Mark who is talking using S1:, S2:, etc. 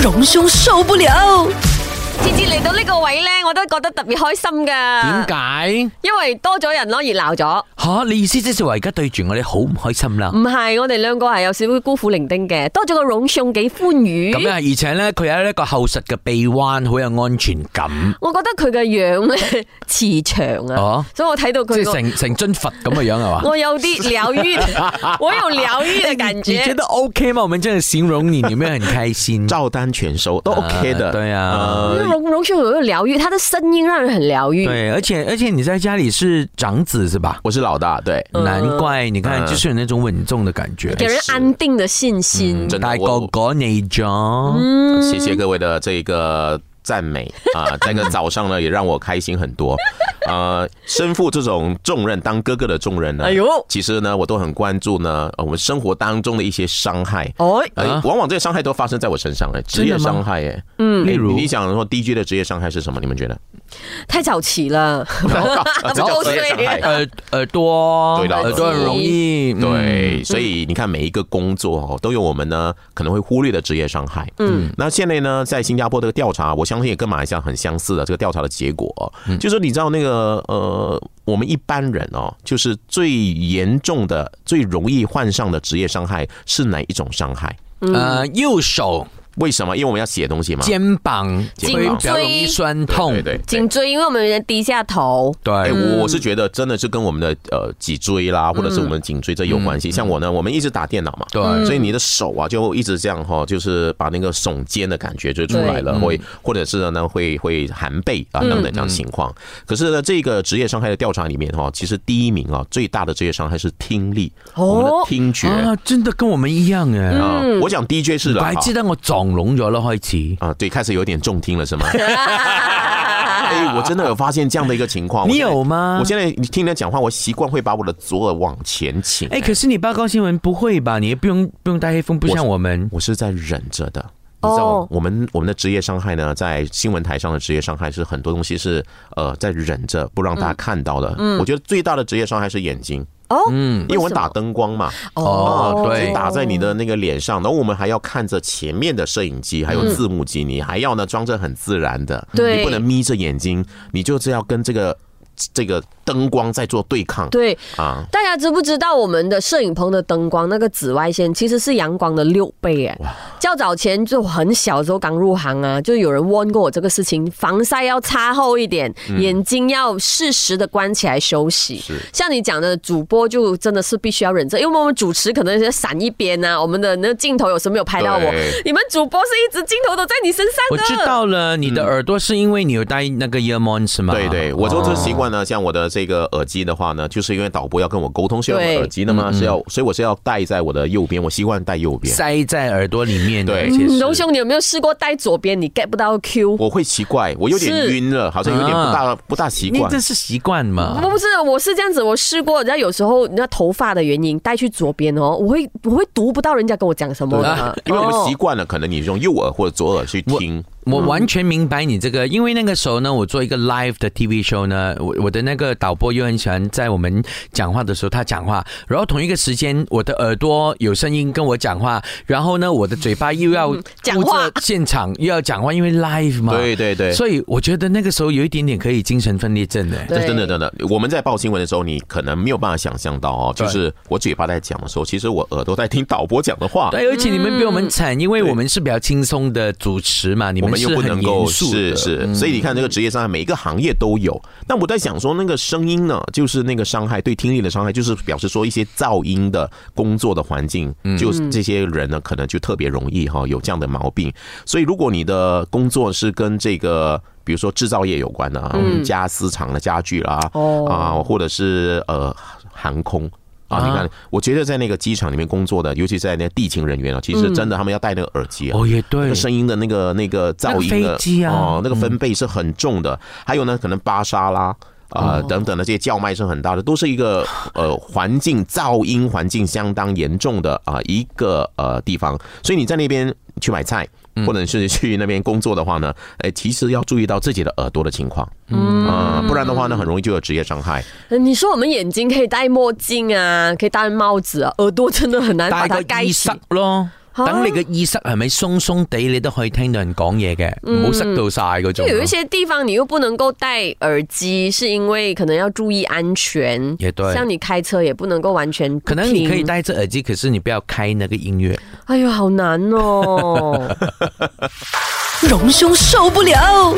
S1: 榮兄受不了。
S2: 次次嚟到呢個位呢，我都覺得特別開心噶
S3: 點。解？
S2: 因為多咗人咯而鬧咗，
S3: 吓，你意思即是話而家對住我哋好唔開心啦
S2: 唔？係我哋兩個係有少少孤苦伶仃嘅，多咗個榮兄幾歡愉。
S3: 咁啊，而且咧，佢有一個厚實嘅臂彎，好有安全感，
S2: 我覺得佢嘅樣咧 慈祥啊，
S3: 哦，
S2: 所以我睇到
S3: 即
S2: 佢
S3: 係
S2: 個，
S3: 成成尊佛咁嘅樣 係嘛？
S2: 我有啲療 癒，我有療癒嘅感
S3: 你觉
S2: 覺。
S3: 得 OK 吗？我们这样形容你，你们很开心。
S4: 照单全收都 OK 的。
S3: 啊对啊
S4: 呃
S2: 榮榮兄有一個療癒，他的聲音讓人很療癒。
S3: 对，而且而且你在家里是长子是吧？
S4: 我是老大，对，
S2: 嗯
S3: 难怪你看，
S4: 嗯
S3: 就是有那种稳重的感觉。
S2: 給人安定的信心，
S4: 真的
S3: 大哥
S4: 我
S3: 哥你
S2: 嗯
S3: 咗，
S4: 谢谢各位的这个赞美 啊，这个早上呢也让我开心很多。呃，身负这种重任，当哥哥的重任呢，
S2: 哎呦
S4: 其实呢我都很关注呢，呃我们生活当中的一些伤害。
S2: 哎，
S4: 呃
S3: 啊
S4: 往往这些伤害都发生在我身上，哎，职业
S3: 真的吗嗯
S4: 伤害，哎，
S3: 例
S4: 哎
S3: 如
S4: 你想说 DJ 的职业伤害是什么？你们觉得？
S2: 太早起 了，啊
S4: 这
S2: 不
S4: 叫
S2: 够
S4: 职业伤
S2: 睡
S4: 害。
S3: 耳耳朵，
S4: 对啦
S3: 耳朵很呃容易，嗯
S4: 对，所以你看每一个工作哦，都有我们呢可能会忽略的职业伤害。嗯，那现在呢，在新加坡这个调查，我相信也跟马来西亚很相似的这个调查的结果哦，
S3: 嗯
S4: 就是你知道那个呃，我们一般人哦，就是最严重的、最容易患上的职业伤害是哪一种伤害？
S2: 嗯
S3: 呃，右手
S4: 为什么？因为我们要写东西嘛。
S3: 肩膀
S4: 肩
S3: 会
S4: 膀
S3: 比较容易酸痛
S4: 对，对对。
S2: 颈椎，因为我们有点低下头，
S4: 哎，
S3: 对，
S4: 我我是觉得真的是跟我们的呃脊椎啦，或者是我们颈椎这有
S3: 嗯
S4: 关系。像我呢，我们一直打电脑嘛，
S3: 对
S4: 所以你的手啊就一直这样哈，就是把那个耸肩的感觉就出来了，会或者是呢会会含背啊等等这样情况。可是呢，这个职业伤害的调查里面哈，其实第一名啊最大的职业伤害是听力，
S2: 哦
S4: 我们的听觉
S3: 啊，真的跟我们一样哎，
S4: 啊。我讲 DJ 是
S3: 我
S4: 了
S3: 还
S4: 哈
S3: 记得我撞聋咗咯，開始。
S4: 啊，对，开始有点重听了是吗？哎，我真的有发现这样的一个情况。
S3: 你
S4: 我现在
S3: 有吗
S4: 我现在你听人讲话，我习惯会把我的左耳往前倾。
S3: 哎、可是你报告新闻不会吧？你也不用不用戴黑风，不像我们。
S4: 我是在忍着的。你知道
S2: 哦
S4: 我们我们的职业伤害呢，在新闻台上的职业伤害是很多东西是呃在忍着不让大家看到的。我觉得最大的职业伤害是眼睛，
S2: 嗯哦，
S4: 因为我们打灯光嘛，
S3: 哦
S4: 啊
S3: 对
S4: 就打在你的那个脸上，然后我们还要看着前面的摄影机，还有字幕机，你还要呢装着很自然的，
S2: 嗯对
S4: 你不能眯着眼睛，你就是要跟这个这个灯光在做对抗
S2: 对，
S4: 啊。
S2: 大家知不知道我们的摄影棚的灯光那个紫外线其实是阳光的六倍哎？较早前就很小的时候刚入行啊，就有人问过我这个事情，防晒要擦厚一点，
S3: 嗯
S2: 眼睛要适时的关起来休息。像你讲的，主播就真的是必须要忍着，因为我们主持可能是闪一边啊，我们的那个镜头有时没有拍到我
S4: 对，
S2: 你们主播是一直镜头都在你身
S3: 我
S2: 上的。
S3: 知道了，你的耳朵是因为你有戴那个 earmon 是吗？
S4: 对对，我就这习
S3: 哦
S4: 惯呢，像我的这个耳机的话呢，就是因为导播要跟我沟通，是要用
S2: 对
S4: 耳机的
S3: 嗯
S4: 嘛，是要，所以我是要戴在我的右边，我习惯戴右边，
S3: 塞在耳朵里面的。
S4: 对嗯
S3: 而且是
S2: 龙嗯兄，你有没有试过戴左边？你 get 不到 Q。
S4: 我会奇怪，我有点
S2: 是
S4: 晕了，好像有点不
S3: 啊
S4: 大不大习
S3: 你
S4: 惯
S3: 这。是习惯嘛？
S4: 嗯
S2: 不不是，我是这样子，我试过，人家有时候人家头发的原因带去左边哦，我会我会读不到人家跟我讲什么
S3: 啊
S2: 的，
S4: 因为我们习
S2: 哦
S4: 惯了，可能你用右耳或者左耳去听，
S3: 我完全明白你这个，因为那个时候呢，我做一个 live 的 TV show 呢，我我的那个导播又很喜欢在我们讲话的时候他讲话，然后同一个时间我的耳朵有声音跟我讲话，然后呢我的嘴巴又要
S2: 嗯讲
S3: 顾着
S2: 话
S3: 现场又要讲话，因为 live 嘛，
S4: 对对对
S3: 所以我觉得那个时候有一点点可以精神分裂症的。
S2: 对
S4: 这真的真的，我们在报新闻的时候，你可能没有办法想象到哦，
S3: 对
S4: 就是我嘴巴在讲的时候，其实我耳朵在听导播讲的话。
S3: 对，而且你们比我们惨，因为我们是比较轻松的主持嘛，你
S4: 我们又
S3: 是
S4: 不
S3: 很
S4: 能
S3: 严
S4: 够
S3: 肃嗯
S4: 是
S3: 的。
S4: 是，所以你看这个职业伤害，每一个行业都有。那我在想说，那个声音呢，就是那个伤害对听力的伤害，就是表示说一些噪音的工作的环境，
S3: 嗯
S4: 就是这些人呢，可能就特别容易哈有这样的毛病。所以如果你的工作是跟这个。比如说制造业有关的啊，
S3: 嗯
S4: 家私厂的家具啦，
S2: 哦
S4: 啊，或者是呃航空啊，你看，我觉得在那个机场里面工作的，尤其在那地勤人员啊，其
S3: 嗯
S4: 实真的他们要戴那个耳机啊，
S3: 哦，也
S4: 那
S3: 对
S4: 个，声音的那个那个噪音
S3: 那
S4: 的
S3: 个飞机啊嗯
S4: 哦，那个分贝是很重的。还有呢，可能巴沙啦。啊、
S3: 哦
S4: 等等的这些叫卖声很大的，都是 一个呃环境噪音环境相当严重的啊、一个呃地方，所以你在那边去买菜，
S3: 嗯
S4: 或者是去那边工作的话呢，哎、其实要注意到自己的耳朵的情况，嗯、不然的话呢，很容易就有职业伤害。
S2: 你说我们眼睛可以戴墨镜啊，可以戴帽子啊，耳朵真的很难把
S3: 戴
S2: 它
S3: 个
S2: 盖
S3: 耳
S2: 起
S3: 塞。咯，
S2: 哦
S3: 等你嘅耳塞係咪鬆鬆地，你都可以聽到人講嘢嘅，唔好塞到晒嗰
S2: 就
S3: 啊種。
S2: 有一些地方你又不能够戴耳机，是因为可能要注意安全。
S3: 也对
S2: 像你开车也不能够完全不
S3: 可能你可以
S2: 听。
S3: 戴着耳机，可是你不要开那个音乐。
S2: 哎呦，好难哦。
S1: 隆兄受不了。